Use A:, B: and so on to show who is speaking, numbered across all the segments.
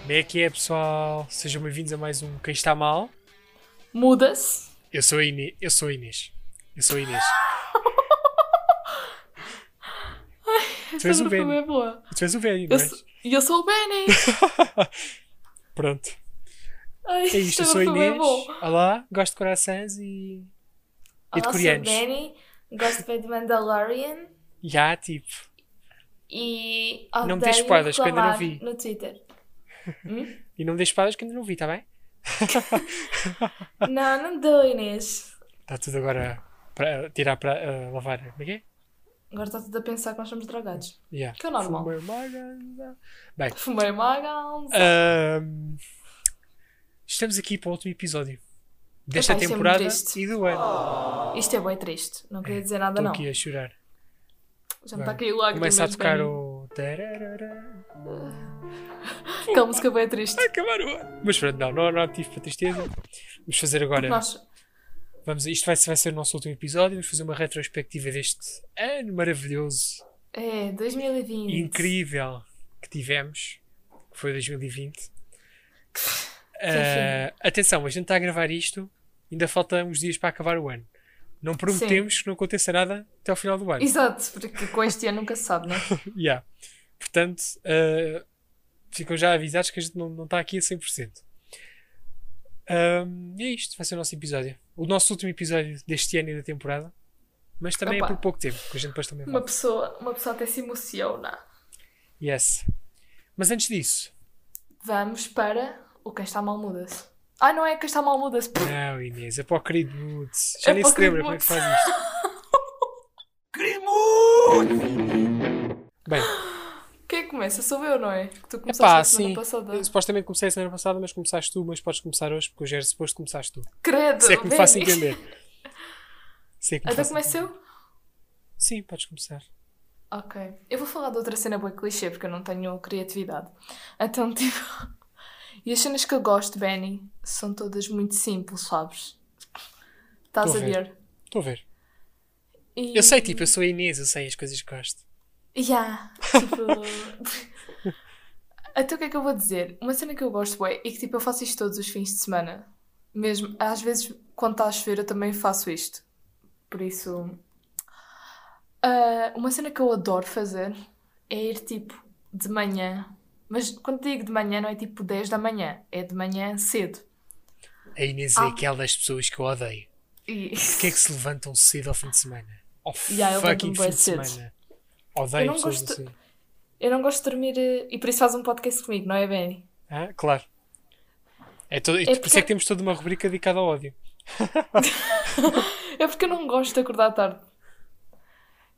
A: Como é que é, pessoal? Sejam bem-vindos a mais um Quem Está Mal.
B: Muda-se.
A: Eu sou a Inês. Eu sou a Inês. Eu sou a Inês. Tu és
B: Essa
A: o
B: agora foi
A: Benny. É
B: bem boa.
A: Tu és o velho, não
B: é Eu
A: é?
B: sou- E eu sou o Benny.
A: Pronto.
B: Ai,
A: É isto, eu
B: esta
A: sou a
B: agora foi bem
A: Inês.
B: boa.
A: Olá, gosto de corações e. E de
C: Olá,
A: coreanos.
C: sou Benny, gosto bem de Mandalorian
A: Já, tipo.
C: e
A: Não me
C: odeio
A: dê spoilers, que eu ainda não
C: reclamar
A: vi.
C: no Twitter. Hum?
A: E não me deixes espadas que ainda não vi, tá bem?
C: não, não dou, Inês.
A: Está Tá tudo agora para tirar para ah, lavar. Como é que é?
C: Agora está tudo a pensar que nós somos drogados.
A: Yeah.
C: Que é normal.
A: Fumei uma ganja.
C: Fumei uma gansa.
A: Ahm, estamos aqui para o último episódio
C: Epá, isto
A: desta
C: é muito
A: temporada
C: triste.
A: e do ano.
C: Isto é bem triste, não queria dizer nada
A: Estou
C: não.
A: aqui a chorar.
C: Já me está a
A: Bem,
B: Caiu lá
A: Começa a tocar o. tararara.
B: Aquela música bem triste.
A: Acabar o ano. Mas pronto, não, não, não há motivo para tristeza. Vamos fazer agora.
C: Nós,
A: Vamos, isto vai, vai ser o nosso último episódio. Vamos fazer uma retrospectiva deste ano maravilhoso,
C: é, 2020.
A: incrível que tivemos, que foi 2020.
C: enfim.
A: Ah, atenção, a gente está a gravar isto. Ainda faltam uns dias para acabar o ano. Não prometemos que não aconteça nada até ao final do ano.
B: Exato, porque com este ano nunca se sabe,
C: é?
B: né?
A: Yeah. Portanto, ah, ficam já avisados que a gente não, não está aqui a 100%. Ahm, e é isto, vai ser o nosso episódio. O nosso último episódio deste ano e da temporada. Mas também é
B: Opa.
A: por pouco tempo, que a gente depois também
B: Uma
A: volta.
B: pessoa, uma pessoa até se emociona.
A: Yes. Mas antes disso.
B: Vamos para o Quem Está Mal Muda-se. Ah, não é Quem Está Mal Muda-se.
A: Não, Inês, é para o querido Moods. Já
B: É
A: nem
B: para o
A: se lembra
B: querido
A: como é que
B: Moods.
A: faz isto. querido Bem,
B: Quem começa? Sou eu, não é? Que tu começaste
A: Epá,
B: a semana
A: sim.
B: passada.
A: eu supostamente comecei a semana passada, mas começaste tu, mas podes começar hoje, porque hoje era suposto começares tu.
B: Credo,
A: Se é que me
B: Benny.
A: faço entender. Se é que me
B: Até
A: faço
B: começo
A: entender.
B: eu?
A: Sim, podes começar.
B: Ok. Eu vou falar de outra cena bem clichê, porque eu não tenho criatividade. Então, tipo... E as cenas que eu gosto, Benny, são todas muito simples, sabes? Estás
A: Tô
B: a
A: a ver.
B: ver?
A: Estou a ver.
B: E-
A: Eu sei, tipo, eu sou a Inês, eu sei as coisas que gosto.
B: Yeah, tipo... Até o que é que eu vou dizer? Uma cena que eu gosto é, e que tipo, eu faço isto todos os fins de semana. Mesmo, às vezes, quando está a chover, eu também faço isto. Por isso... ah, uma cena que eu adoro fazer é ir, tipo, de manhã. Mas quando digo de manhã, não é tipo 10 da manhã. É de manhã cedo.
A: A Inês é
B: Ah.
A: aquela das pessoas que eu odeio.
B: E...
A: Porquê é que se levantam cedo ao fim de semana? Ao
B: Yeah, eu
A: fucking
B: levanto-me
A: fim
B: bué
A: de
B: cedo.
A: semana. Odeio
B: Eu não
A: pessoas
B: gosto-
A: assim.
B: Eu não gosto de dormir... eh, E por isso faz um podcast comigo, não é, Benny?
A: Ah, claro. É todo... é Por isso é
B: porque-
A: que temos toda uma rubrica dedicada ao ódio.
B: É porque eu não gosto de acordar tarde.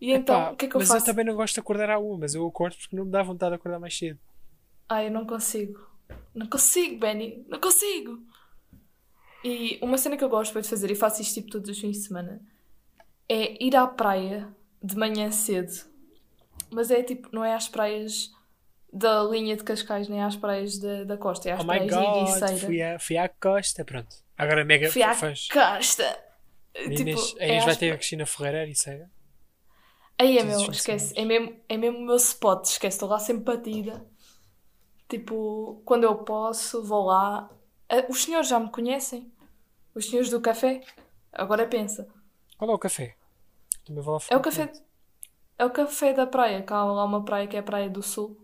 B: E então,
A: Epá,
B: o que é que eu
A: mas
B: faço?
A: eu também não gosto de acordar à uma, mas eu acordo porque não me dá vontade de acordar mais cedo.
B: Ai, eu não consigo. Não consigo, Benny. Não consigo. E uma cena que eu gosto bué de fazer, e faço isto tipo todos os fins de semana, é ir à praia de manhã cedo. Mas é tipo, não é às praias da linha de Cascais, nem às praias da, da costa, é às
A: oh my
B: praias de
A: god,
B: Ericeira.
A: fui à, fui à costa, pronto. Agora mega
B: Fui à
A: fãs.
B: costa. Tipo,
A: Inês, a
B: é
A: Inês vai
B: às
A: ter a Cristina Ferreira, isso é.
B: Aí é
A: Todos
B: meu,
A: os fins de
B: esquece. É mesmo, é mesmo o meu spot, esquece. Estou lá sempre batida. Tipo, quando eu posso, vou lá. Ah, Os senhores já me conhecem? Os senhores do café? Agora pensa.
A: Qual é o café? Também vou lá
B: É
A: fora.
B: o café. É o café da praia, que há lá uma praia que é a Praia do Sul.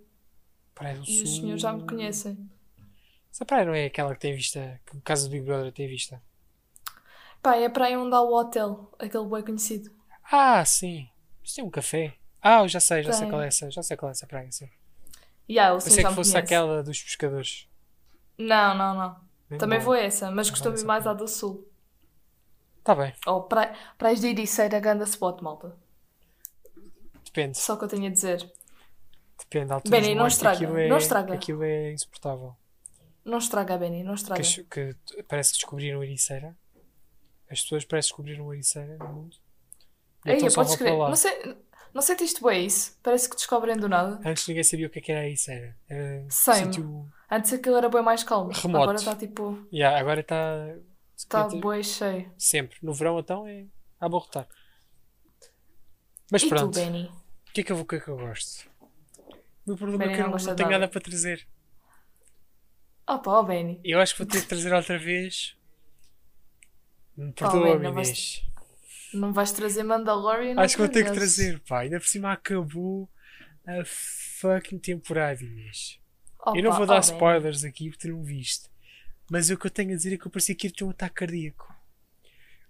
A: Praia do
B: E
A: Sul.
B: os senhores já me conhecem.
A: Essa praia não é aquela que tem vista, que o caso do Big Brother tem vista.
B: Pá, é a praia onde há o hotel, aquele bem conhecido.
A: Ah, sim. Mas tem um café. Ah, eu já sei, já sei
B: Tem.
A: qual é essa. Já sei qual é essa praia, sim.
B: E há, o senhor
A: Pensei
B: já
A: que
B: me
A: fosse
B: conhece.
A: aquela dos pescadores.
B: Não, não, não.
A: Nem
B: Também
A: bom.
B: vou a essa, mas costumo ir
A: essa
B: mais à do Sul.
A: Tá bem,
B: Ou praia... praias de Ericeira, ganda spot, malta.
A: depende.
B: Só que eu tenho a dizer.
A: Depende da altura
B: Benny,
A: do
B: não
A: ano, que
B: estraga,
A: aquilo é,
B: não estraga. Tá
A: Aquilo é insuportável.
B: Não estraga, Benny, não
A: Que,
B: estraga.
A: as- que t- parece que descobriram Ericeira. As pessoas parecem que descobriram Ericeira no mundo. E
B: Ei,
A: então
B: eu
A: só
B: podes
A: vão para
B: crer.
A: lá.
B: Não, sei, não sentiste bem é isso? Parece que descobrem do nada.
A: Antes ninguém sabia o que é que era Ericeira. Era um
B: Sei-me.
A: sítio...
B: Antes aquilo era bem mais calmo.
A: Remoto.
B: Agora está tipo.
A: Yeah, agora está...
B: Está bem cheio.
A: Sempre. No verão então é a abortar. Mas
B: e
A: pronto.
B: tu, Benny?
A: O que é que eu vou, o que é que eu gosto? O meu problema
B: Bem,
A: é que eu
B: não
A: não,
B: gosta
A: não
B: de
A: tenho
B: nada.
A: nada para trazer.
B: Oh pá, oh Benny.
A: Eu acho que vou ter de trazer outra vez. Me
B: bem,
A: perdoa-me,
B: não vais-
A: Inês.
B: Não vais trazer Mandalorian?
A: Acho que vou ter que
B: outra vez.
A: trazer, pá. Ainda por cima acabou a fucking temporada, Inês.
B: Oh
A: eu não
B: pá,
A: vou
B: oh
A: dar
B: Benny.
A: spoilers aqui porque tu não viste. Mas o que eu tenho a dizer é que eu parecia que ia ter um ataque cardíaco.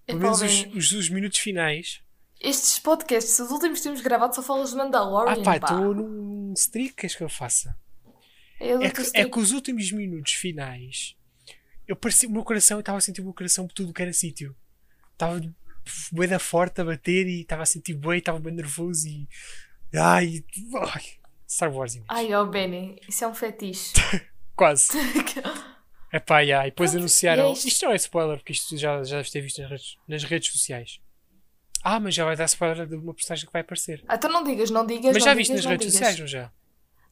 A: Pelo
B: Epá,
A: menos
B: oh,
A: os,
B: Benny,
A: os, os minutos finais.
B: Estes podcasts, os últimos que temos gravado, só falas de Mandalorian.
A: Ah, pá,
B: pá.
A: estou num streak, queres que eu faça?
B: Eu
A: É
B: dou-te
A: que,
B: o
A: é
B: stick.
A: que os últimos minutos finais, eu parecia, o meu coração, eu estava a sentir o meu coração por tudo que era sítio. Estava bué da forte a bater e estava a sentir bué, e estava bem nervoso e. Ai, ai, Star Wars, Inês.
B: Ai, oh Benny, isso é um fetiche.
A: quase. É pá, yeah. e depois
B: Pronto, e
A: anunciaram.
B: é
A: isto.
B: isto.
A: não é spoiler, porque isto já, já deves ter visto nas redes, nas redes sociais. Ah, mas já vai dar spoiler de uma personagem que vai aparecer.
B: Ah, então não digas, não digas.
A: Mas
B: não
A: já
B: digas,
A: viste nas
B: não
A: redes
B: digas.
A: sociais, não já?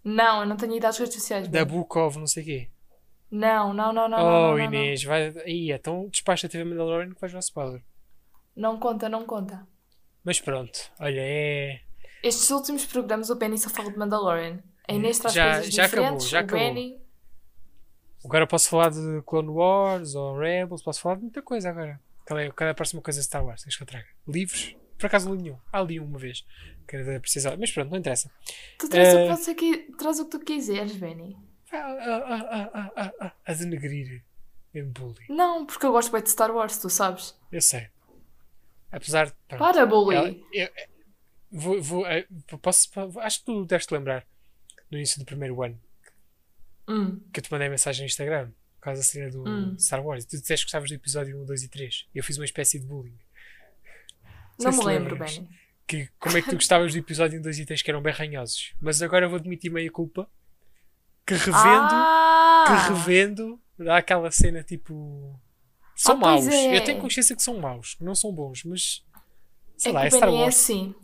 B: Não, eu não tenho ido às redes sociais.
A: Da
B: Benny.
A: Bukov, não sei o quê.
B: Não, não, não, não. não,
A: oh,
B: não, não,
A: Inês, vai. Aí, então despacha a TV Mandalorian que vais dar spoiler.
B: Não. não conta, não conta.
A: Mas pronto, olha, é.
B: Estes últimos programas, o Benny só fala de Mandalorian. A Inês traz
A: Já-
B: coisas
A: já acabou,
B: diferentes.
A: já
B: o
A: acabou.
B: Benny.
A: Agora posso falar de Clone Wars ou Rebels, posso falar de muita coisa agora. Qual é, qual é a próxima coisa de Star Wars? Tens que eu traga. Livros? Por acaso não li nenhum. Ah, li um uma vez. Que era da Princesa. Mas pronto, não interessa.
B: Tu traz,
A: Eh.
B: o que você qui- traz o que tu quiseres, Benny.
A: Ah, ah, ah, ah, ah, ah, ah, a denegrir em bullying.
B: Não, porque eu gosto bem de Star Wars, tu sabes.
A: Eu sei. Apesar de. pronto,
B: Para,
A: ela-
B: bully.
A: eu- eu- vou, vou, eh, posso, acho que tu deves te lembrar no início do primeiro ano
B: Hum.
A: que eu te mandei mensagem no Instagram por causa da cena do
B: Hum.
A: Star Wars. E tu disseste que gostavas do episódio 1, 2 e 3. Eu fiz uma espécie de bullying. sei
B: Não me
A: se
B: lembro,
A: lembras.
B: Benny.
A: Que, como é que tu gostavas do episódio 1, 2 e 3 que eram bem ranhosos? Mas agora eu vou admitir meia culpa que revendo,
B: ah!
A: que revendo dá aquela cena tipo. São
B: Ah, pois
A: maus.
B: é.
A: Eu tenho consciência que são maus, que não são bons, mas. Sei
B: é
A: lá, é
B: que o
A: Star
B: Benny é
A: Wars.
B: assim.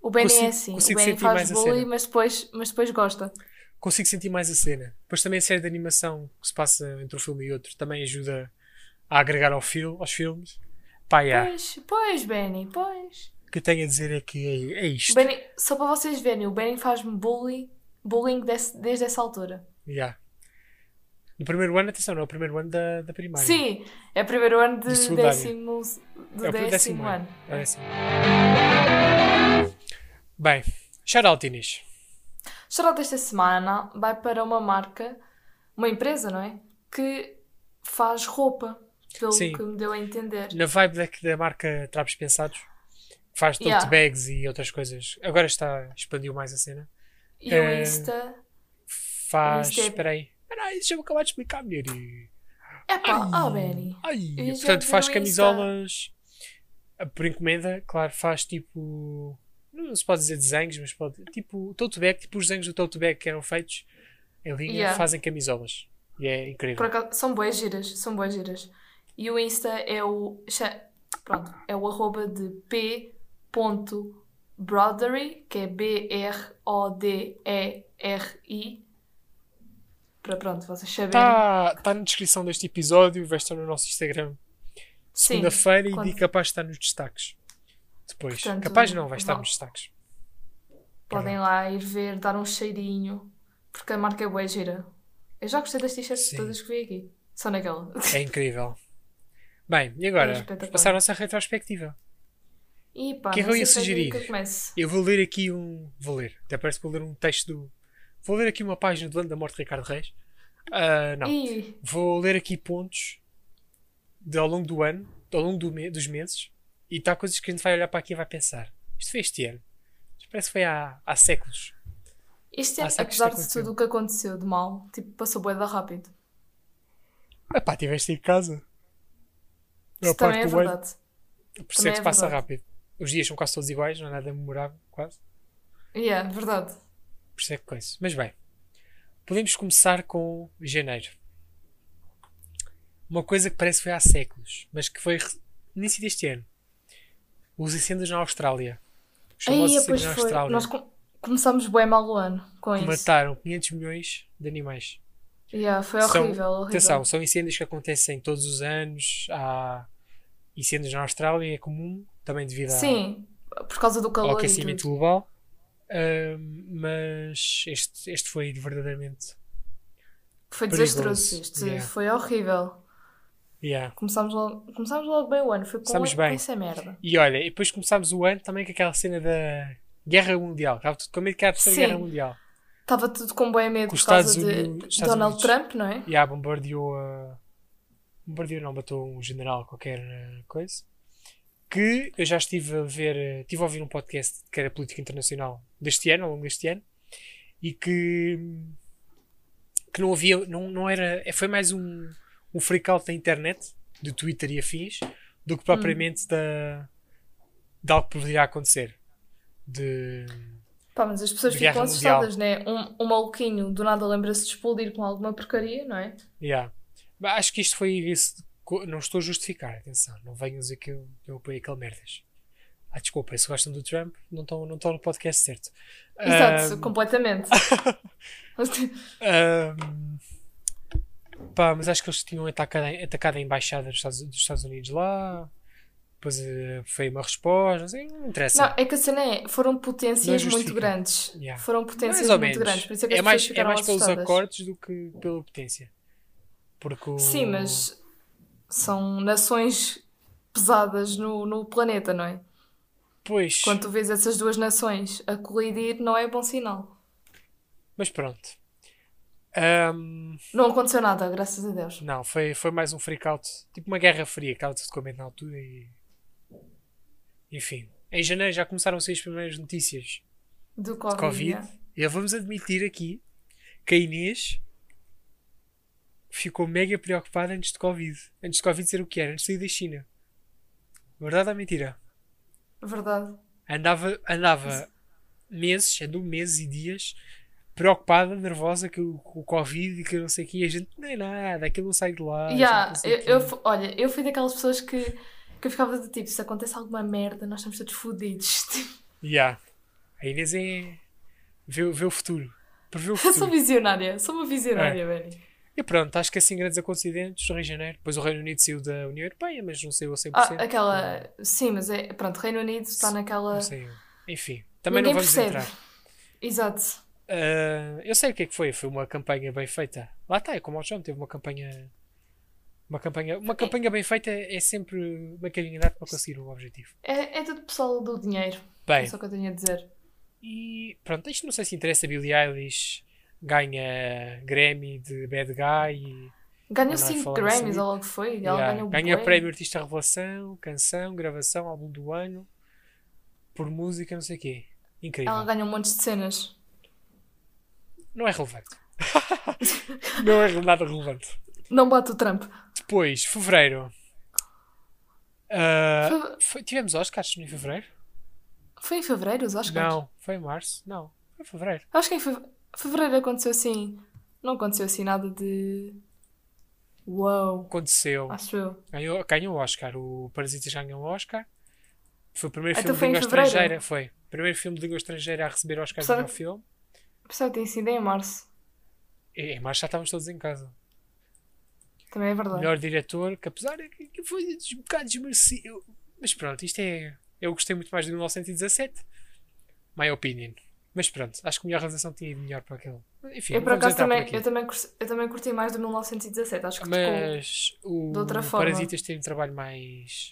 B: O Benny
A: Consigo-
B: é assim. O
A: consigo
B: Benny
A: sentir mais
B: faz
A: a
B: bullying,
A: cena.
B: mas depois, mas depois gosta.
A: Consigo sentir mais a cena. Depois também a série de animação que se passa entre um filme e outro também ajuda a agregar ao fil aos filmes. Pá, yeah.
B: Pois, pois, Benny, pois.
A: O que eu tenho a dizer é que é, é isto.
B: Benny, só para vocês verem, o Benny faz-me bullying, bullying desse- desde essa altura.
A: Yeah. No primeiro ano, atenção, não é o primeiro ano da, da primária.
B: Sim, é o primeiro ano de
A: Do secundário.
B: décimo, do
A: é o
B: décimo,
A: décimo
B: ano.
A: ano. É o décimo. Bem, shout out, Inês.
B: O Shoutout desta semana vai para uma marca, uma empresa, não é? Que faz roupa, pelo
A: Sim.
B: que me deu a entender.
A: na vibe da, da marca Trapos Pensados, faz tote
B: Yeah.
A: bags e outras coisas. Agora está, expandiu mais a cena.
B: E
A: Eh,
B: o Insta.
A: Faz.
B: Isto é-
A: Espera aí. Espera aí, deixa-me acabar de explicar, mulher. E-
B: É pá,
A: Ai.
B: oh Benny.
A: Ai,
B: Eu ia já
A: portanto,
B: dizer
A: faz
B: o Insta.
A: camisolas ah, por encomenda, claro, faz tipo. Não se pode dizer desenhos, mas pode. Tipo, tote bag, tipo os desenhos do tote bag que eram feitos em linha,
B: Yeah.
A: fazem camisolas. E é
B: Por
A: incrível.
B: acaso, são boas giras, são boas giras. E o Insta é o. cha- Pronto, é o arroba de p.brodery, que é B-R-O-D-E-R-I. Para pronto, vocês saberem.
A: Está tá na descrição deste episódio, vai estar no nosso Instagram
B: Sim,
A: segunda-feira e
B: quando-
A: digo capaz de estar nos destaques. Depois.
B: Portanto, é
A: capaz não, vai estar
B: vão-
A: nos destaques.
B: podem lá ir ver, dar um cheirinho, porque a marca é boa gira. Eu já gostei das t-shirts
A: Sim.
B: todas que vi aqui. Só naquela.
A: É incrível. Bem, e
B: É
A: agora?
B: espetacular.
A: passar a nossa retrospectiva.
B: E pá,
A: Que
B: não
A: eu ia
B: sei bem do Que
A: sugerir?
B: eu começo.
A: Eu vou ler aqui um. Vou ler. Até parece que vou ler um texto do. Vou ler aqui uma página do ano da morte de Ricardo Reis. Ah, não.
B: E
A: Vou ler aqui pontos de, ao longo do ano, ao longo do me- dos meses, e está coisas que a gente vai olhar para aqui e vai pensar. Isto foi este ano. Isto parece que foi há, há séculos.
B: este
A: Ah,
B: ano,
A: sei que isto
B: apesar de
A: aconteceu.
B: tudo o que aconteceu de mal, tipo, passou bué da rápido.
A: Epá, estiveste em casa. Maior
B: Isso também é
A: do ano.
B: verdade.
A: Por isso é
B: Também
A: que
B: é
A: passa
B: verdade.
A: rápido. Os dias são quase todos iguais, não há nada memorável, quase.
B: Yeah, verdade.
A: Por isso é que coisa. Mas bem, podemos começar com janeiro. Uma coisa que parece que foi há séculos, mas que foi re- início deste ano. Os incêndios na Austrália. Os famosos
B: Aí,
A: incêndios
B: pois
A: na
B: foi.
A: assim, é Austrália.
B: Nós com- começámos bem mal o ano com
A: que
B: isso.
A: mataram 500 milhões de animais.
B: Yeah, foi
A: São-
B: horrível, horrível.
A: Atenção, são incêndios que acontecem todos os anos. Há incêndios na Austrália, é comum, também devido a,
B: Sim, por causa do
A: ao
B: calor e
A: aquecimento
B: tudo.
A: global. Ahm, mas este, este foi verdadeiramente
B: Foi
A: Perigoso,
B: desastroso este.
A: yeah.
B: Foi horrível.
A: Yeah.
B: Começámos logo, começámos logo bem o ano. Foi com
A: Começámos
B: com
A: bem.
B: essa merda.
A: E olha, e depois começámos o ano também com aquela cena da Guerra Mundial. Estava tudo com medo que era a terceira
B: Sim.
A: Guerra Mundial.
B: Estava tudo com bem medo
A: Com os
B: por causa
A: Estados
B: de
A: Unidos- Estados
B: Donald
A: Unidos.
B: Trump, não é?
A: E yeah, bombardeou a. Bombardeou, não, matou um general qualquer eh, coisa. Que eu já estive a ver, eh, estive a ouvir um podcast que era política internacional deste ano, ao longo deste ano, e que. hum, que não havia, não, não era. eh, Foi mais um, um freak-out da internet, do Twitter e afins, do que propriamente da. de algo que poderia acontecer. De.
B: Pá, mas as pessoas
A: De guerra
B: ficam
A: mundial.
B: assustadas, né? Um, um maluquinho do nada lembra-se de explodir com alguma porcaria, não é?
A: Yeah. Bah, Acho que isto foi isso. co- Não estou a justificar, atenção. Não venham dizer que eu, eu apoiei aquele merdas. Ah, desculpa, se gostam do Trump, não estão não estão no podcast certo.
B: Exato,
A: Ahm,
B: completamente.
A: ahm, Ah, pá, mas acho que eles tinham atacado, a- atacado a embaixada dos Estados, dos Estados Unidos lá. Depois eh, foi uma resposta. Não, sei, não interessa.
B: não, é que a cena é, foram
A: Não
B: potências
A: justifica.
B: muito grandes.
A: Yeah.
B: Foram potências
A: Mais ou
B: muito
A: menos.
B: grandes, por isso é que as
A: é
B: pessoas
A: mais, é
B: ficaram
A: mais pelos
B: assustadas.
A: acordos do que pela potência. Porque o-
B: Sim, mas são nações pesadas no, no planeta, não é?
A: Pois.
B: Quando tu vês essas duas nações a colidir, não é bom sinal.
A: Mas pronto. Ahm,
B: Não aconteceu nada, graças a Deus.
A: Não, foi, foi mais um freakout. Tipo uma guerra fria, que estava tudo com medo na altura e. Enfim. Em janeiro já começaram a sair as primeiras notícias
B: Do
A: de
B: Covid.
A: Covid.
B: né?
A: E vamos admitir aqui que a Inês ficou mega preocupada antes de Covid. Antes de Covid ser o que era, antes de sair da China. Verdade ou mentira?
B: Verdade.
A: Andava, andava meses, andou meses e dias preocupada, nervosa que o, com o Covid e que não sei o que. a gente nem nada, aquilo não sai de lá.
B: Ya,
A: Ah, já não sei
B: eu,
A: o quê."
B: eu fu- olha, eu fui daquelas pessoas que, que eu ficava do tipo: se acontece alguma merda, nós estamos todos fodidos. Tipo,
A: Yeah. A Inês é. Vê, vê o futuro. Prevê o
B: Eu sou
A: futuro.
B: visionária, sou uma visionária,
A: É.
B: Benny.
A: e pronto, acho que assim grandes acontecimentos, o Rio de Janeiro. Depois o Reino Unido saiu da União Europeia, mas não saiu a 100%.
B: Ah, aquela. Sim, mas é. Pronto, Reino Unido está naquela.
A: Não saiu. Enfim, também
B: Ninguém
A: não vamos
B: percebe.
A: entrar.
B: Exato.
A: Ah, eu sei o que é que foi. Foi uma campanha bem feita. Lá está, é como o John teve uma campanha. Uma campanha, uma campanha bem feita é sempre uma caminhada para conseguir o objetivo.
B: É, é tudo pessoal do dinheiro. É
A: Bem,
B: só o que eu tenho a dizer.
A: E pronto, isto não sei se interessa. Billie Eilish ganha Grammy de Bad Guy.
B: Ganhou
A: Mas é nós
B: 5
A: falamos
B: Grammys,
A: sobre-
B: ou logo foi.
A: E,
B: Ela
A: yeah,
B: ganhou
A: ganha
B: bué.
A: prémio Artista Revelação, canção, gravação, álbum do ano, por música, não sei o quê. Incrível.
B: Ela ganhou um monte de cenas.
A: Não é relevante. não é nada relevante.
B: Não bate o Trump.
A: Depois, fevereiro. Ah,
B: Fe-
A: foi- tivemos Oscars em fevereiro?
B: Foi em fevereiro os Oscars?
A: Não, foi em março. Não, foi em fevereiro.
B: Acho que em feve- fevereiro aconteceu assim. Não aconteceu assim nada de. Uou!
A: Aconteceu.
B: Acho eu.
A: Ganhou, ganhou o Oscar. O Parasitas ganhou o Oscar. Foi o primeiro
B: Então
A: filme
B: foi
A: de
B: em
A: língua
B: fevereiro?
A: estrangeira. Foi. Primeiro filme de língua estrangeira a receber Oscar de
B: Sabe-
A: melhor filme.
B: Apesar de ter é sido em março.
A: E, em março já estávamos todos em casa.
B: Também é verdade.
A: Melhor diretor, que apesar de que foi um bocado desmerecido. Mas pronto, isto é. Eu gostei muito mais de 1917. My opinion. Mas pronto, acho que a melhor realização tinha ido melhor para aquele. Enfim,
B: eu, por
A: vamos
B: acaso,
A: entrar
B: também,
A: por
B: eu,
A: aqui. é
B: também curti, eu também curti mais do 1917. Acho que tocou.
A: Mas o
B: de outra forma.
A: Parasitas tem um trabalho mais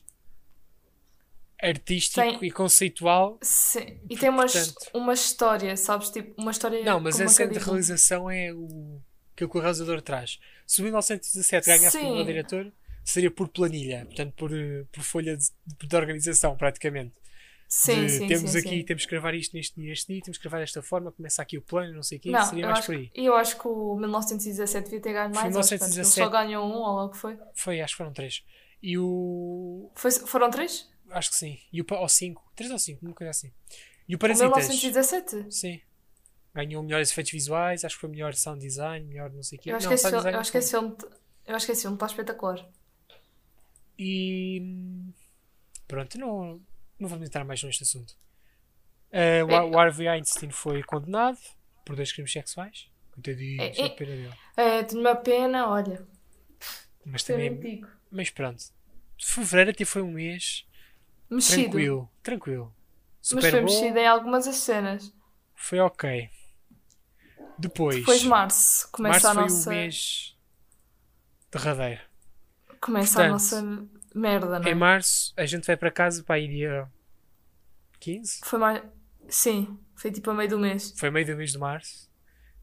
A: artístico
B: Tem-
A: e conceitual
B: Sim. E tem uma, his-
A: Portanto-
B: uma história, sabes? Tipo, uma história.
A: Não, mas
B: como é que
A: essa
B: eu
A: de
B: digo?
A: realização é o que o que o realizador traz. Se o 1917 ganhasse por
B: Sim.
A: melhor diretor, seria por planilha, portanto, por, eh, por folha de, de- de organização, praticamente.
B: Sim,
A: De,
B: sim,
A: temos
B: sim,
A: aqui,
B: sim.
A: temos que gravar isto neste dia, este dia, temos que gravar desta forma, começa aqui o plano, não sei o quê,
B: Não,
A: seria
B: eu
A: mais
B: acho,
A: por aí.
B: que- eu acho que o 1917 devia ter ganho
A: Foi
B: mais. Oscars. Ele
A: 1917.
B: só ganhou um, ou logo foi.
A: Foi, acho que foram três. E o.
B: Foi- foram três?
A: Acho que sim. E o. pa- Ou cinco. Três ou cinco, uma coisa assim. E o
B: O
A: Parasitas.
B: 1917?
A: Sim. Ganhou melhores efeitos visuais, acho que foi melhor sound design, melhor não sei o quê.
B: Eu acho,
A: Não,
B: que esse
A: sound
B: filme,
A: design
B: eu
A: não
B: acho que
A: foi.
B: esse filme. Eu acho que esse filme está espetacular.
A: E hum, pronto, não, não vamos entrar mais neste assunto.
B: É,
A: Eh, o, Ar- o Harvey Einstein foi condenado por dois crimes sexuais. Coitadinho,
B: É,
A: só
B: é.
A: pena dele.
B: É, tenho uma pena, olha.
A: Mas
B: Também...
A: também.
B: digo.
A: Mas pronto. Fevereiro até foi um mês
B: Mexido.
A: tranquilo. Tranquilo.
B: mas foi
A: Super bom.
B: mexido em algumas das cenas.
A: Foi ok. Depois,
B: Depois de março
A: março
B: começa a
A: foi
B: nossa.
A: o mês derradeiro.
B: Começa
A: Portanto,
B: a nossa merda, não é?
A: Em março, a gente vai para casa para ir dia 15.
B: Foi mais. Sim, foi tipo a meio do mês.
A: Foi meio do mês de março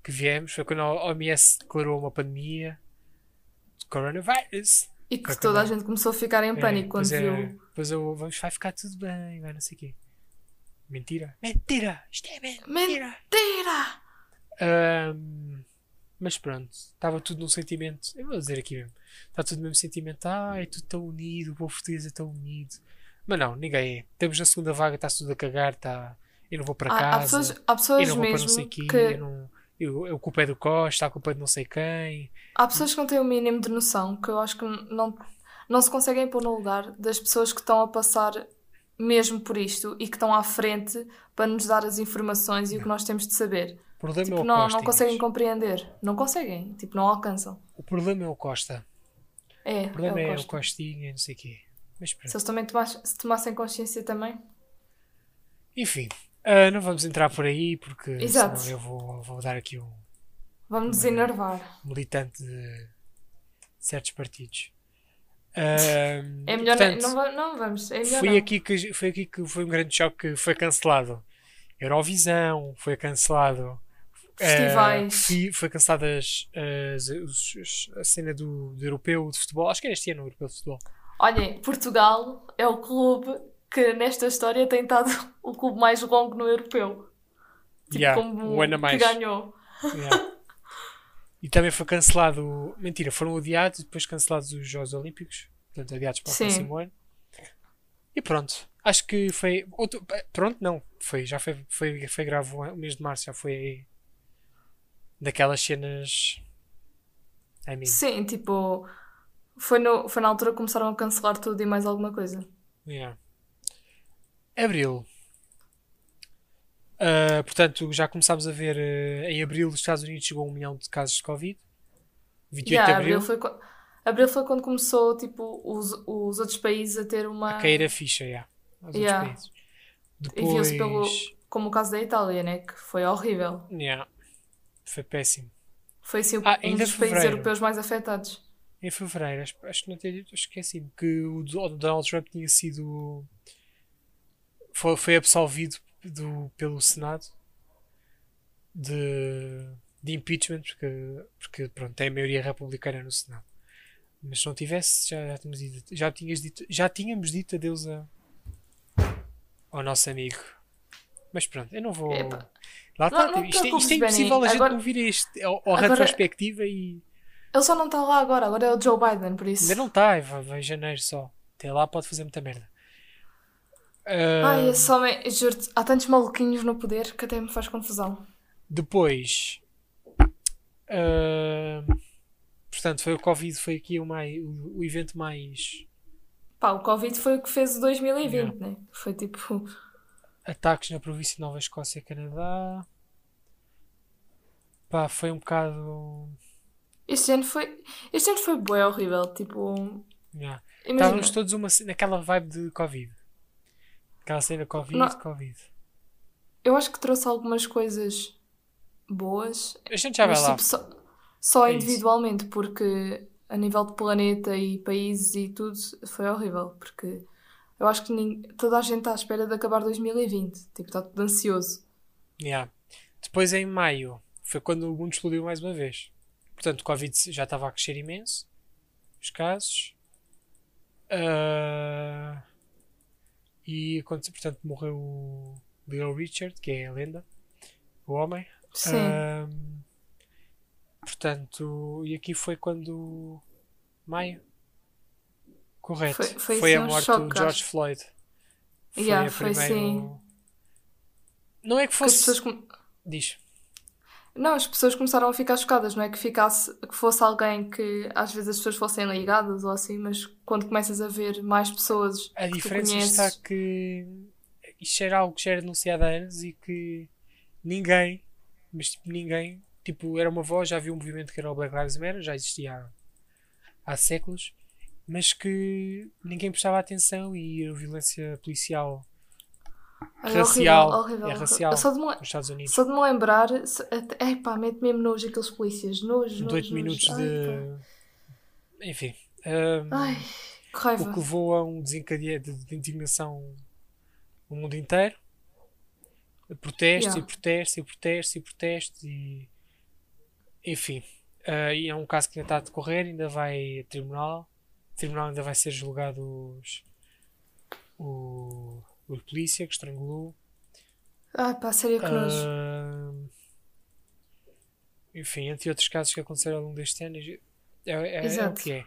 A: que viemos. Foi quando a OMS declarou uma pandemia de coronavírus.
B: E que
A: Foi
B: toda a
A: quando-
B: gente começou a ficar em Um pânico quando
A: pois é,
B: viu.
A: Pois eu, vamos, vai ficar tudo bem, vai não sei o quê. Mentira. Mentira! Isto é mentira!
B: Mentira!
A: Ahm, mas pronto, estava tudo num sentimento. Eu vou dizer aqui mesmo. Está tudo no mesmo sentimento. Ah, é tudo tão unido, o povo português é tão unido. Mas não, ninguém é. Estamos na segunda vaga, está tudo a cagar, está. Eu não vou para
B: Há, há
A: casa.
B: pessoas, há
A: eu
B: pessoas
A: não vou um para não sei
B: mesmo
A: quê,
B: que.
A: eu não. Eu, eu, a culpa é do Costa, a culpa é de não sei quem.
B: Há pessoas que não têm o mínimo de noção, que eu acho que não, não se conseguem pôr no lugar das pessoas que estão a passar mesmo por isto e que estão à frente para nos dar as informações e o que nós temos de saber.
A: O problema é
B: Tipo,
A: o
B: não,
A: Costa.
B: não conseguem
A: Inês.
B: compreender. Não conseguem. Tipo, não alcançam.
A: O problema é o Costa.
B: É,
A: O problema
B: é o
A: é o
B: Costa.
A: Costinha, e não sei o quê. Mas pronto.
B: Se eles também tomas- se tomassem consciência também.
A: Enfim, ah, não vamos entrar por aí porque
B: Exato.
A: senão eu vou, vou dar aqui um
B: Vamos nos enervar.
A: militante de certos partidos. Ahm,
B: É melhor
A: portanto,
B: não, não, não vamos. É melhor
A: foi
B: não.
A: aqui que foi aqui que foi um grande choque que foi cancelado. Eurovisão foi cancelado. Ah,
B: Festivais.
A: fi- foi canceladas as- os- os- a cena do, do europeu de futebol. Acho que era este ano o europeu de futebol.
B: Olhem, Portugal é o clube que nesta história tem estado o clube mais longo no europeu. Tipo,
A: Yeah,
B: como
A: um ano a
B: que
A: mais.
B: ganhou.
A: Yeah. E também foi cancelado. Mentira, foram adiados e depois cancelados os Jogos Olímpicos. Portanto, adiados para o
B: Sim.
A: próximo ano. E pronto. Acho que foi. outro- pronto, não. Foi, já foi, foi, foi grave o an- o mês de março. Já foi. Daquelas cenas. I mean,
B: Sim, tipo, foi, no, foi na altura que começaram a cancelar tudo e mais alguma coisa.
A: yeah. Abril. Ah, portanto, já começámos a ver. eh, em abril, os Estados Unidos chegou a um milhão de casos de Covid. 28
B: Yeah,
A: de abril.
B: foi, qua- abril foi quando começou, tipo, os, os outros países a ter uma...
A: a cair a ficha, yeah, aos outros
B: Yeah.
A: países.
B: E viu-se pelo...
A: Depois,
B: Como o caso da Itália, né? Que foi horrível.
A: yeah, foi péssimo.
B: Foi, assim, o-
A: Ah,
B: um
A: ainda
B: dos países
A: fevereiro.
B: europeus mais afetados.
A: Em fevereiro, acho, acho que não tenho dito, esqueci-me, que o Do- o Donald Trump tinha sido. Foi, foi absolvido do, pelo Senado de, de impeachment, porque, porque pronto, tem a maioria republicana no Senado. Mas se não tivesse, já, já, tínhamos, dito, já, tinhas dito, já tínhamos dito adeus a, ao nosso amigo. Mas pronto, eu não vou.
B: Epa.
A: Lá está,
B: Não- não te
A: isto, é- isto é
B: preocupes, Benny.
A: impossível a gente
B: Agora-
A: não vir a este, ao, ao
B: Agora-
A: retrospectiva e.
B: Ele só não está lá agora, agora é o Joe Biden, por isso.
A: Ainda não tá. está, vai, vai em janeiro só. Até lá pode fazer muita merda. Ah,
B: Ai, esse homem, juro-te, há tantos maluquinhos no poder que até me faz confusão.
A: Depois. ah, portanto, foi o Covid, foi aqui o, mai, o, o evento mais.
B: Pá, o Covid foi o que fez o 2020,
A: Yeah.
B: né? Foi tipo.
A: Ataques na província de Nova Escócia e Canadá. Pá, foi um bocado.
B: Este ano foi. Este ano foi bué horrível. Tipo.
A: Yeah.
B: Imagina.
A: Estávamos todos uma, ce- naquela vibe de Covid. Aquela cena Covid,
B: Não-
A: Covid.
B: Eu acho que trouxe algumas coisas boas.
A: A gente já vai
B: mas
A: lá.
B: tipo só, só
A: É isso.
B: individualmente, porque a nível de planeta e países e tudo foi horrível. Porque eu acho que nin- toda a gente está à espera de acabar 2020. Tipo, está tudo ansioso.
A: Yeah. Depois em maio foi quando o mundo explodiu mais uma vez. Portanto, o Covid já estava a crescer imenso. Os casos. Ah, E aconteceu, portanto, morreu o Little Richard, que é a lenda, o homem.
B: Sim.
A: Ah, portanto, e aqui foi quando. Maio. Correto.
B: Foi- foi assim
A: a
B: um
A: morte
B: choque,
A: do George
B: acho.
A: Floyd. Foi
B: Yeah,
A: a
B: foi
A: primeira.
B: assim.
A: Não é que
B: Que as
A: fosse.
B: pessoas com-
A: Diz.
B: Não, as pessoas começaram a ficar chocadas, não é que ficasse, que fosse alguém que às vezes as pessoas fossem ligadas ou assim, mas quando começas a ver mais pessoas
A: A
B: que tu
A: diferença
B: conheces,
A: está que isto era algo que já era denunciado há anos e que ninguém, mas tipo ninguém, tipo, era uma voz, já havia um movimento que era o Black Lives Matter, já existia há, há séculos, mas que ninguém prestava atenção e a violência policial
B: Ai,
A: Racial.
B: horrível, horrível,
A: É
B: horrível.
A: racial.
B: Só de me,
A: nos Estados Unidos.
B: só de me lembrar. se- até- Ai pá, mete mesmo nojo aqueles polícias. Nojo,
A: de
B: nojo.
A: 8
B: nojo.
A: minutos
B: Ai, pá.
A: de. Enfim. hum, ahm,
B: Ai, que raiva.
A: o que levou a um desencadear de, de indignação no mundo inteiro. Protestos
B: Yeah.
A: e protestos e protestos e protestos e. Enfim. ah, e é um caso que ainda está a decorrer, ainda vai a tribunal. O tribunal ainda vai ser julgado os, o, o polícia que estrangulou.
B: Ai Ah, pá, sério que
A: Ah,
B: nojo.
A: Ahm, enfim, entre outros casos que aconteceram ao longo deste ano, é, é- é o
B: Exato.
A: que é. As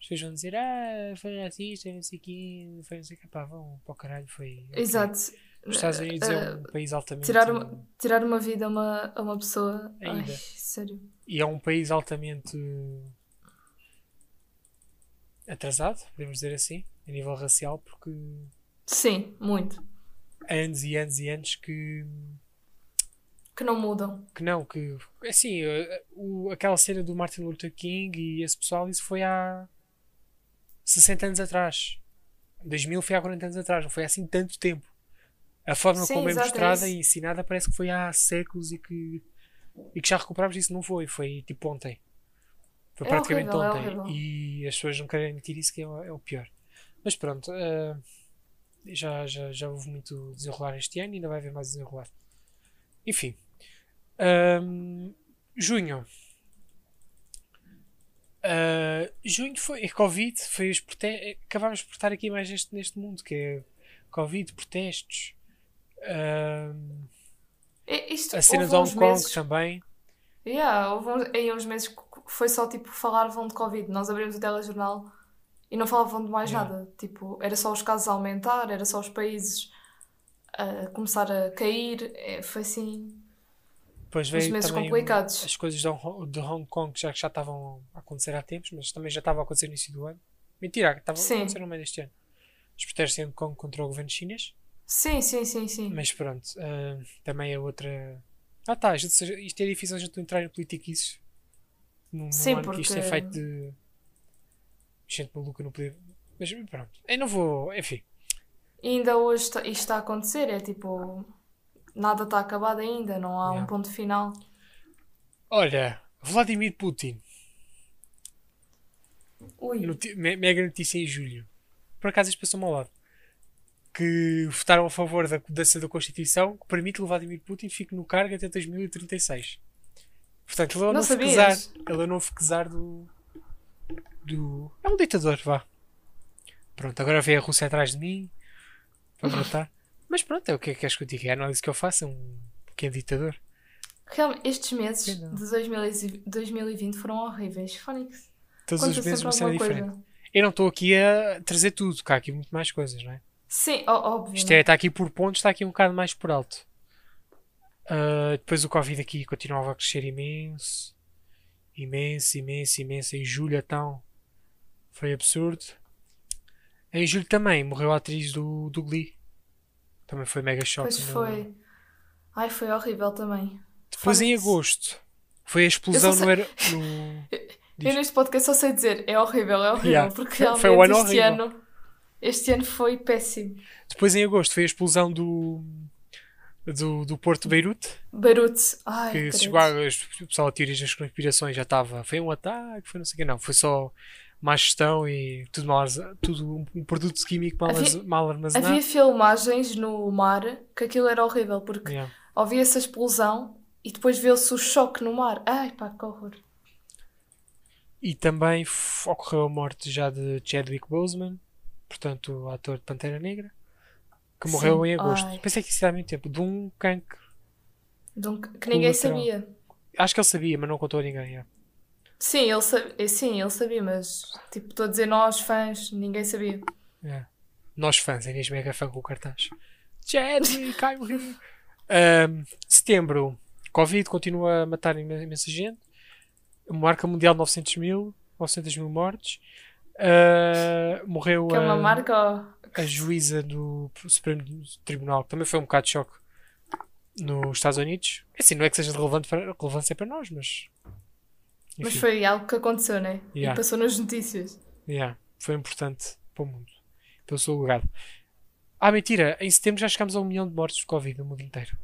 A: pessoas vão dizer, ah, foi racista, não sei o quê, foi não sei o quê, pá, vão para o caralho, foi. ok."
B: Exato.
A: Os Estados Unidos é
B: Ah,
A: um país altamente.
B: tirar uma- Tirar uma vida a uma, a uma pessoa.
A: Ainda.
B: Ai, sério.
A: E é um país altamente. atrasado, podemos dizer assim, a nível racial, porque
B: Sim, muito.
A: há anos e anos e anos que.
B: Que não mudam.
A: que não, que assim, eh, o, aquela cena do Martin Luther King e esse pessoal, isso foi há 60 anos atrás. 2000 foi há 40 anos atrás, não foi há assim tanto tempo. A forma
B: Sim,
A: como é
B: exato, é
A: mostrada
B: isso.
A: e ensinada parece que foi há séculos e que, e que já recuperámos isso, não foi, foi tipo ontem. Foi
B: É
A: praticamente
B: horrível, é horrível.
A: ontem. e as pessoas não querem admitir isso, que é, o- é o pior. Mas pronto, eh, já, já, já houve muito desenrolar este ano e ainda vai haver mais desenrolar. Enfim. Ahm, junho. Ah, junho foi é Covid, foi os prote- eh, acabámos por estar aqui mais neste, neste mundo, que é Covid, protestos, ahm,
B: É, isto,
A: a cena
B: houve
A: de Hong
B: uns
A: Kong
B: meses-
A: também.
B: Yeah, houve uns, aí uns meses que foi só tipo falavam de Covid. Nós abrimos o telejornal e não falavam de mais
A: Yeah.
B: nada. Tipo, era só os casos a aumentar, era só os países a começar a cair. É, foi assim,
A: Depois
B: uns
A: veio
B: meses
A: também um
B: complicados.
A: as coisas de Hong, de Hong Kong que já, que já estavam a acontecer há tempos, mas também já estava a acontecer no início do ano. Mentira, estava a
B: Sim.
A: acontecer no meio deste ano. Os protestos em Hong Kong contra o governo chinês.
B: Sim, sim, sim, sim.
A: Mas pronto, ah, também é outra. Ah tá, a gente- isto é difícil a gente não entrar em politiquices. Num,
B: Sim,
A: num ano que isto é
B: porque-
A: feito de. gente maluca no poder. Mas pronto, eu não vou. Enfim,
B: E ainda hoje está- isto está a acontecer. É tipo, nada está acabado ainda, não há um
A: Yeah.
B: ponto final.
A: olha, Vladimir Putin,
B: Ui,
A: noti- me- mega notícia em julho. Por acaso isto passou-me ao lado. Que votaram a favor da mudança da Constituição que permite que o Vladimir Putin fique no cargo até 2036. Portanto, ele é o
B: Não
A: novo czar.
B: sabias?
A: Ele é o novo czar do. do. É um ditador, vá. Pronto, agora vem a Rússia atrás de mim para matar. Mas pronto, é o que é que queres que eu diga? É a análise que eu faço, é um pequeno ditador.
B: realmente estes meses
A: Pena.
B: de 2000 e- 2020 foram horríveis. Fónix,
A: Todos os meses
B: conta sempre
A: uma cena
B: alguma
A: diferente.
B: coisa.
A: Eu não estou aqui a trazer tudo, cá há aqui muito mais coisas, não é?
B: Sim, ó- óbvio.
A: Isto
B: né?
A: é, está aqui por pontos, está aqui um bocado mais por alto. Ah, depois o Covid aqui continuava a crescer imenso. Imenso, imenso, imenso. Em julho, então, foi absurdo. Em julho também morreu a atriz do, do Glee. Também foi mega choque.
B: Pois
A: no-
B: foi. Ai, foi horrível também.
A: Depois em
B: Foda-se.
A: agosto, foi a explosão
B: sei-
A: no, aer- no- Diz.
B: Eu neste podcast só sei dizer, é horrível, é horrível,
A: Yeah.
B: porque
A: Foi-
B: realmente
A: foi um ano
B: este
A: horrível.
B: ano este ano foi péssimo.
A: Depois em agosto, foi a explosão do, do, do Porto de Beirute.
B: Beirute, ai,
A: que
B: credo.
A: se chegou a, o pessoal a teorias das conspirações já estava, foi um ataque, foi não sei o quê, não, foi só má gestão e tudo, mal, armaze- tudo um, um produto químico mal,
B: Havia-
A: armaze- mal armazenado.
B: Havia filmagens no mar que aquilo era horrível, porque
A: Yeah.
B: ouvia essa explosão e depois viu-se o choque no mar. Ai pá, que horror.
A: E também f- ocorreu a morte já de Chadwick Boseman, portanto, o ator de Pantera Negra, que morreu
B: Sim,
A: em agosto.
B: ai.
A: Pensei que isso ia ao mesmo tempo, de um cancro.
B: De um- que ninguém
A: Colateral.
B: sabia.
A: Acho que ele sabia, mas não contou a ninguém. yeah.
B: Sim ele, sabia, sim, ele sabia, mas tipo, estou a dizer nós, fãs, ninguém sabia.
A: Yeah. É. Nós fãs, a Inês mega fã com o cartaz. Chadwick, I'm here. Ahm, setembro, Covid continua a matar imen- imensa gente. Marca mundial 900 mil, 900 mil mortes. Ah, morreu
B: Que é uma
A: a-
B: marca. ó.
A: a juíza do Supremo Tribunal, que também foi um bocado de choque nos Estados Unidos. Assim, não é que seja de relevante para, relevância para nós, mas.
B: Mas
A: enfim.
B: foi algo que aconteceu, né?
A: Yeah.
B: E passou nas notícias.
A: Yeah, foi importante para o mundo, pelo seu legado. Ah, mentira, em setembro já chegámos a um milhão de mortes de Covid no mundo inteiro.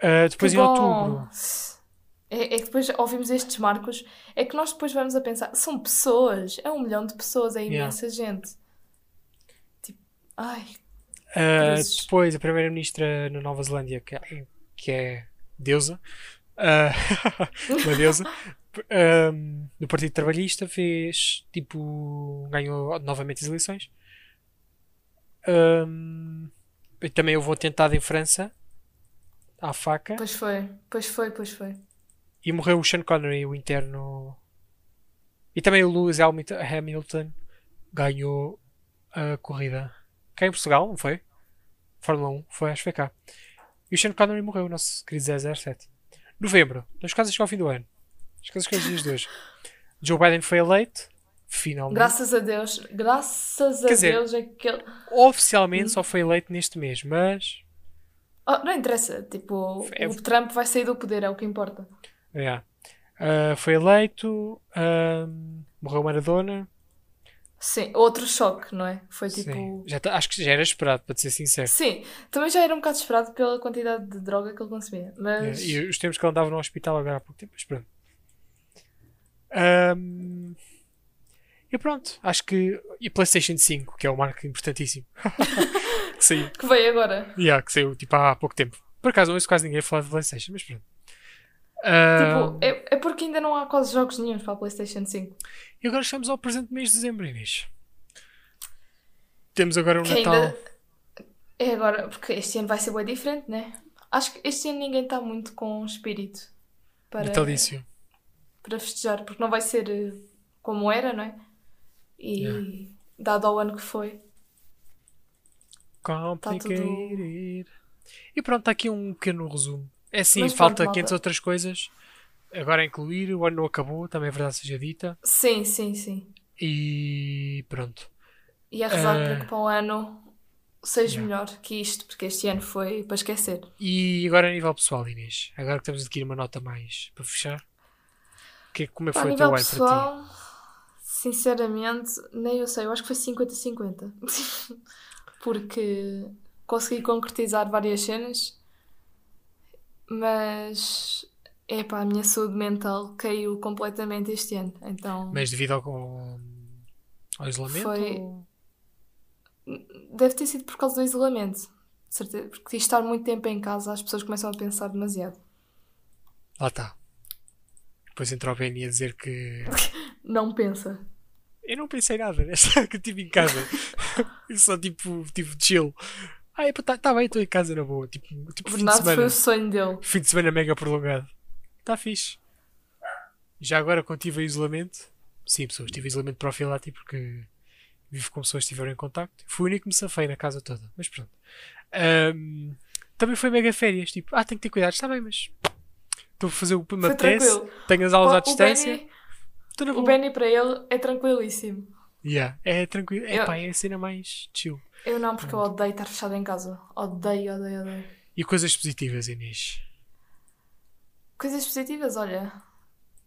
A: Ah, depois
B: Que
A: em
B: bom.
A: outubro.
B: É, é que depois ouvimos estes marcos, é que nós depois vamos a pensar, são pessoas, é um milhão de pessoas, é
A: Yeah.
B: imensa gente. Tipo, ai,
A: Ah,
B: Cruzes.
A: depois a primeira-ministra na Nova Zelândia, que, que é deusa, ah, uma deusa, p- ahm, do Partido Trabalhista, fez tipo. ganhou novamente as eleições. Ahm, e também houve um atentado em França, à faca,
B: pois foi, pois foi, pois foi.
A: e morreu o Sean Connery, o interno. E também o Lewis Hamilton- Hamilton ganhou a corrida. Cá em Portugal, não foi? Fórmula 1, foi, acho que foi cá. E o Sean Connery morreu, o nosso querido 007. Novembro, duas casas chegou ao fim do ano. As coisas que eu dias de hoje. Joe Biden foi eleito, finalmente.
B: Graças a Deus, graças a
A: Quer dizer-
B: Deus, aquele.
A: Oficialmente só foi eleito neste mês, mas.
B: Oh, não interessa, tipo,
A: É-
B: o Trump vai sair do poder, é o que importa.
A: yeah. Ah, foi eleito, ahm, morreu Maradona.
B: Sim, outro choque, não é? Foi tipo.
A: Sim. Já tá- acho que já era esperado, para te ser sincero.
B: Sim, também já era um bocado esperado pela quantidade de droga que ele consumia, mas.
A: É, E os tempos que ele andava no hospital agora há pouco tempo, mas pronto. Ahm, e pronto, acho que. E PlayStation 5, que é um marco importantíssimo. que saiu.
B: Que veio agora.
A: Yeah, que saiu tipo há pouco tempo. Por acaso não ouço quase ninguém a falar de PlayStation, mas pronto. Ahm,
B: Tipo, é, é porque ainda não há quase jogos nenhum para a PlayStation 5.
A: E agora chegamos ao presente mês de dezembro, Inês. Temos agora um
B: Que
A: Natal.
B: ainda. É agora, porque este ano vai ser bem diferente, né? Acho que este ano ninguém está muito com espírito para,
A: Natalício.
B: para festejar, porque não vai ser eh, como era, não é? E
A: Yeah.
B: dado ao ano que foi. Tá
A: Complicated. E pronto, está aqui um pequeno resumo. É sim,
B: Mas
A: falta
B: pronto, malta.
A: 500 outras coisas. Agora a incluir, o ano não acabou, também é verdade seja dita.
B: Sim, sim, sim.
A: E pronto.
B: E a rezar
A: Eh,
B: para que para o ano seja
A: yeah.
B: melhor que isto, porque este ano foi para esquecer.
A: E agora a nível pessoal, Inês. Agora que temos de adquirir uma nota mais para fechar. Que, como é que
B: Pá, a
A: foi o
B: nível
A: teu ano para ti?
B: pessoal, sinceramente, nem eu sei, eu acho que foi 50-50. Porque consegui concretizar várias cenas, mas é pá, a minha saúde mental caiu completamente este ano. Então
A: Mas devido ao, ao, ao isolamento?
B: Foi-
A: ou-
B: deve ter sido por causa do isolamento. de certeza, Porque de estar muito tempo em casa, as pessoas começam a pensar demasiado.
A: Lá está. Depois entrou a Benny a dizer que
B: Não pensa.
A: Eu não pensei nada nesta que eu tive em casa. Eu só tipo, tipo chill. Ah, epa, tá, tá bem, estou em casa na boa. Tipo, tipo fim de
B: Bernardo foi
A: semana.
B: o sonho dele.
A: Fim de semana mega prolongado. Está fixe. Já agora quando tive isolamento. Sim, pessoas, tive isolamento profilático porque vivo com pessoas que estiveram em contacto. Fui o único que me safei na casa toda, mas pronto. Ahm, também foi mega férias, tipo, ah, tenho que ter cuidado, está bem, mas estou a fazer o que me
B: Foi
A: apetece,
B: tranquilo.
A: tenho as aulas à
B: Pá, o
A: distância,
B: Benny,
A: estou na
B: o
A: boa.
B: Benny para ele é tranquilíssimo.
A: Yeah, é tranquilo. É,
B: Eu-
A: pá, é a cena mais chill.
B: Eu não, porque eu odeio estar fechada em casa. Odeio, odeio, odeio.
A: E coisas positivas, Inês.
B: Coisas positivas, olha.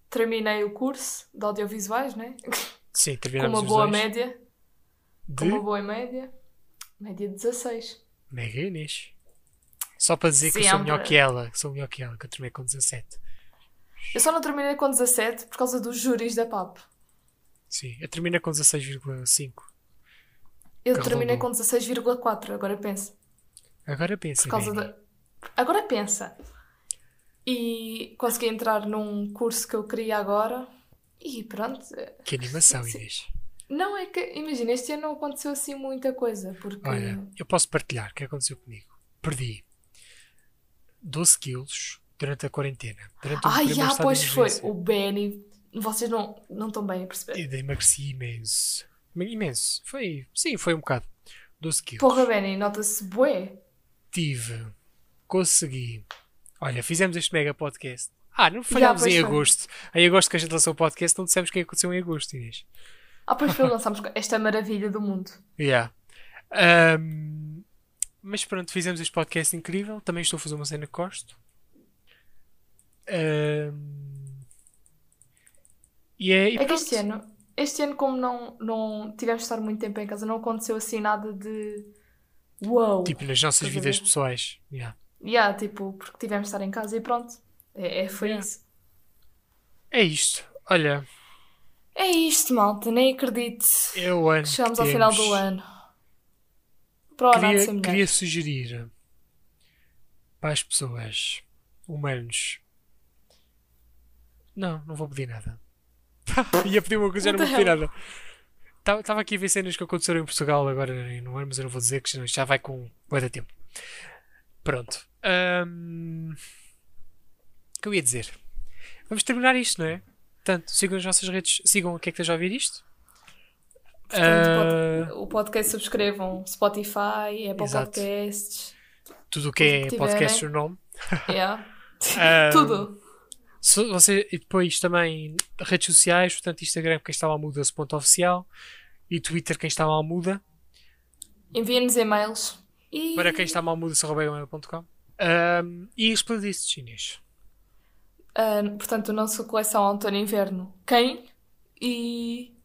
B: Terminei o curso de audiovisuais, né?
A: Sim,
B: Com
A: terminamos
B: uma boa
A: os dois.
B: média. Com
A: De
B: uma boa média. Média 16.
A: Mega Inês. Só para dizer que eu sou
B: Sempre.
A: melhor que ela. Que sou melhor que ela, que eu terminei com 17.
B: Eu só não terminei com 17 por causa dos júris da PAP.
A: Sim, eu terminei com 16,5.
B: Eu
A: Que
B: terminei com 16,4, agora pensa.
A: Agora pensa.
B: Por causa
A: Dani.
B: da... Agora pensa. E consegui entrar num curso que eu queria agora. E pronto.
A: Que animação,
B: Sim.
A: Inês.
B: Não é que. Imagina, este ano não aconteceu assim muita coisa, porque.
A: Olha, eu posso partilhar o que aconteceu comigo. Perdi 12 quilos durante a quarentena. Durante o
B: Ai,
A: primeiro
B: ah,
A: estado de
B: pois foi.
A: emergência.
B: O Benny. Vocês não não estão bem a perceber.
A: Eu emagreci imenso. Imenso. Foi, sim, foi um bocado. 12 quilos.
B: Porra, Benny, nota-se bué.
A: tive, consegui. Olha, fizemos este mega podcast. Ah, não falhámos
B: pois
A: em
B: foi.
A: agosto. Em agosto que a gente lançou o podcast, não dissemos o que é que aconteceu em agosto, Inês.
B: Ah, pois foi, lançámos esta maravilha do mundo.
A: Yeah. Ahm, mas pronto, fizemos este podcast incrível. Também estou a fazer uma cena que gosto. Ahm, e é, e
B: É que
A: pronto.
B: este ano, este ano como não, não tivemos de estar muito tempo em casa, não aconteceu assim nada de Uou!
A: Tipo, nas nossas
B: Estás a
A: vidas
B: ver?
A: pessoais. Yeah.
B: Yeah, tipo, porque tivemos de estar em casa e pronto. É, é, foi
A: Yeah.
B: isso.
A: É isto. Olha,
B: É isto, malta. Nem acredito.
A: é o ano. que
B: Chegamos ao final do
A: temos.
B: ano. Para o Ornato ser
A: Queria,
B: melhor.
A: queria sugerir para as pessoas, humanos. Não, não vou pedir nada. Ia pedir uma coisa, eu não vou
B: What the
A: pedir nada. Estava aqui a ver cenas que aconteceram em Portugal agora no ano, mas eu não vou dizer que senão isto já vai com muito tempo. Pronto. Ahm, O que eu ia dizer? Vamos terminar isto, não é? Portanto, sigam as nossas redes, sigam o que é que estás a ouvir isto.
B: Portanto,
A: Ah,
B: pod- o podcast subscrevam. Spotify, Apple
A: Exato.
B: Podcasts.
A: tudo o que
B: tudo
A: é
B: que né?
A: podcast,
B: tiverem.
A: o nome.
B: Yeah.
A: Ah,
B: Tudo.
A: Se você, e depois também redes sociais, portanto, Instagram, quem está lá muda-se, ponto oficial. E Twitter, quem está mal muda.
B: Enviem-nos e-mails. E...
A: Para quem está mal muda-se, arroba gmail.com. Ahm, e as playlists chinês.
B: Ah, portanto, a nossa coleção Outono e Inverno. Quem? E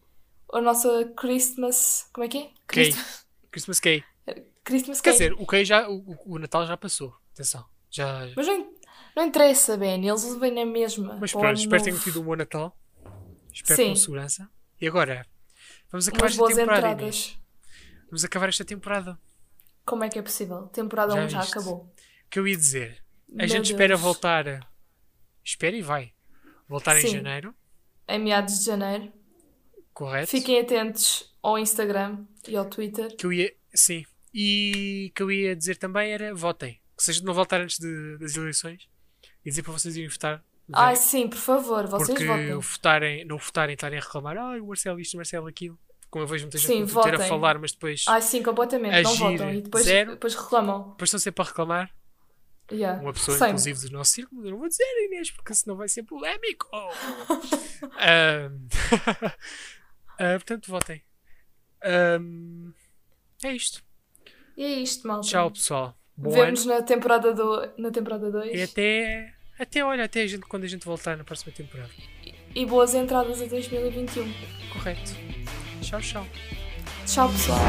B: a nossa Christmas. Como é que é?
A: Kay.
B: Christ-
A: Christmas Kay.
B: Christmas
A: Quer
B: Cake.
A: dizer, o, Kay já, o, o Natal já passou. Atenção. Já...
B: Mas não, não interessa, Ben. Eles vêm na mesma.
A: Mas
B: para o
A: pronto,
B: ano
A: espero que tenham
B: novo.
A: tido um bom Natal. Espero
B: Sim.
A: com segurança. E agora? Vamos acabar
B: umas
A: esta
B: boas
A: temporada,
B: entradas.
A: Inês. Vamos acabar esta temporada.
B: Como é que é possível? Temporada
A: Já
B: 1 já
A: viste.
B: acabou.
A: O que eu ia dizer? A
B: Meu
A: gente
B: Deus.
A: espera voltar. Espera e vai. Voltar em
B: Sim.
A: janeiro,
B: Em meados de janeiro.
A: correto?
B: Fiquem atentos ao Instagram e ao Twitter.
A: Que eu ia. Sim. E que eu ia dizer também era votem. Que seja de não voltar antes de- das eleições. E dizer para vocês irem votar.
B: Ai, sim, por favor, vocês
A: porque
B: votem.
A: votarem, não votarem, estarem a reclamar. Ai, o Marcelo isto, o Marcelo aquilo. Como eu vejo muita gente
B: Sim,
A: no Twitter a
B: votem.
A: falar, mas depois,
B: Ai, sim, completamente. não
A: Agir,
B: votam. E depois,
A: é zero.
B: depois reclamam.
A: depois estão sempre a reclamar.
B: Yeah.
A: Uma pessoa,
B: Sempre.
A: inclusive, do nosso círculo. Eu não vou dizer, Inês, porque senão vai ser polémico. Ahm, ah, portanto, votem. Ahm, é isto.
B: E é isto, malta.
A: Tchau, pessoal. Bom ano.
B: Vemos na temporada 2. Na temporada dois.
A: E até, até olha, até a gente, quando a gente voltar na próxima temporada.
B: E boas entradas a 2021.
A: Correto. Tchau, tchau.
B: Tchau, pessoal.